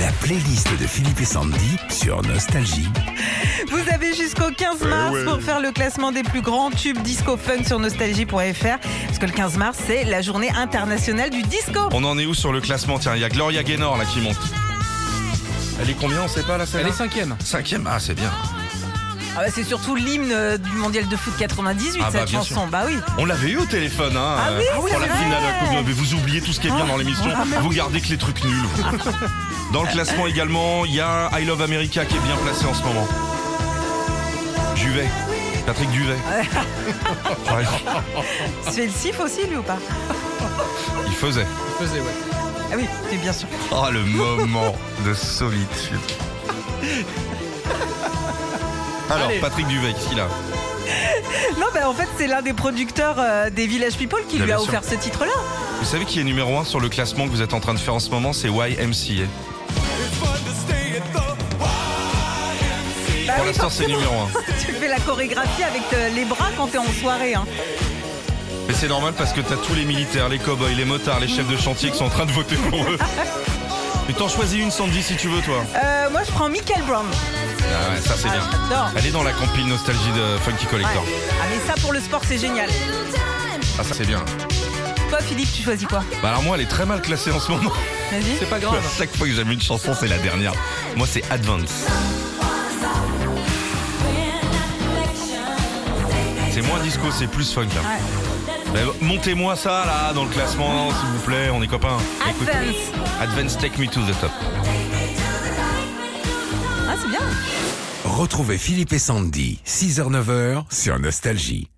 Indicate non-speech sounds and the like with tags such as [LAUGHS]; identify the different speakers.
Speaker 1: La playlist de Philippe et Sandy sur Nostalgie.
Speaker 2: Vous avez jusqu'au 15
Speaker 3: Eh
Speaker 2: mars pour faire le classement des plus grands tubes disco funk sur nostalgie.fr. Parce que le 15 mars, c'est la journée internationale du disco.
Speaker 3: On en est où sur le classement Tiens, il y a Gloria Gaynor là qui monte. Elle est combien On sait pas là
Speaker 4: Elle
Speaker 3: celle-là
Speaker 4: est cinquième.
Speaker 3: Cinquième Ah, c'est bien.
Speaker 2: Ah bah, c'est surtout l'hymne euh, du mondial de foot 98,
Speaker 3: Ah bah,
Speaker 2: cette
Speaker 3: bien
Speaker 2: chanson. Bah oui.
Speaker 3: On l'avait eu au téléphone, hein.
Speaker 2: Ah
Speaker 3: euh,
Speaker 2: oui,
Speaker 3: pour
Speaker 2: c'est
Speaker 3: la
Speaker 2: vrai.
Speaker 3: finale de la Coupe du Monde. Mais vous oubliez tout ce qui est bien dans l'émission. Vous gardez que les trucs nuls. [LAUGHS] vous. Dans le classement également, il y a I Love America qui est bien placé en ce moment. Juvet. Patrick Duvet. J'arrive.
Speaker 2: C'est le sif aussi, lui ou pas
Speaker 3: Il faisait.
Speaker 4: Faisait, ouais.
Speaker 2: Ah oui, c'est bien sûr.
Speaker 3: Oh, le moment de solitude. Alors,
Speaker 4: Allez.
Speaker 3: Patrick Duvet, qu'est-ce qu'il a
Speaker 2: Non, bah en fait, c'est l'un des producteurs euh, des Village People qui
Speaker 3: Bah,
Speaker 2: lui a
Speaker 3: bien sûr.
Speaker 2: offert ce titre-là.
Speaker 3: Vous savez qui est numéro 1 sur le classement que vous êtes en train de faire en ce moment C'est YMCA.
Speaker 2: Bah
Speaker 3: Pour
Speaker 2: oui,
Speaker 3: l'instant, c'est
Speaker 2: forcément.
Speaker 3: numéro un.
Speaker 2: [LAUGHS] tu fais la chorégraphie avec euh, les bras quand t'es en soirée. Hein.
Speaker 3: Mais c'est normal parce que t'as tous les militaires, les cow-boys, les motards, les chefs de chantier qui sont en train de voter pour eux. Mais t'en choisis une, Sandy, si tu veux, toi.
Speaker 2: Euh, moi, je prends Michael Brown.
Speaker 3: Ah ouais, ça c'est bien. Ah,
Speaker 2: J'adore.
Speaker 3: Elle est dans la compile nostalgie de Funky
Speaker 2: Ouais.
Speaker 3: Collector.
Speaker 2: Ah, mais ça, pour le sport, c'est génial.
Speaker 3: Ah, ça c'est bien.
Speaker 2: Toi, Philippe, tu choisis quoi
Speaker 3: Bah alors, moi, elle est très mal classée en ce moment.
Speaker 2: Vas-y.
Speaker 4: C'est pas
Speaker 3: À
Speaker 4: grave.
Speaker 3: [LAUGHS] chaque fois que j'aime une chanson, c'est la dernière. Moi, c'est Advance. C'est moins disco, c'est plus funk. hein. Bah, Montez-moi ça là dans le classement, s'il vous plaît, on est copains. Écoute,
Speaker 2: Advance.
Speaker 3: Advance Take Me to the Top.
Speaker 2: Ah, c'est bien.
Speaker 1: Retrouvez Philippe et Sandy, 6h-9h sur Nostalgie.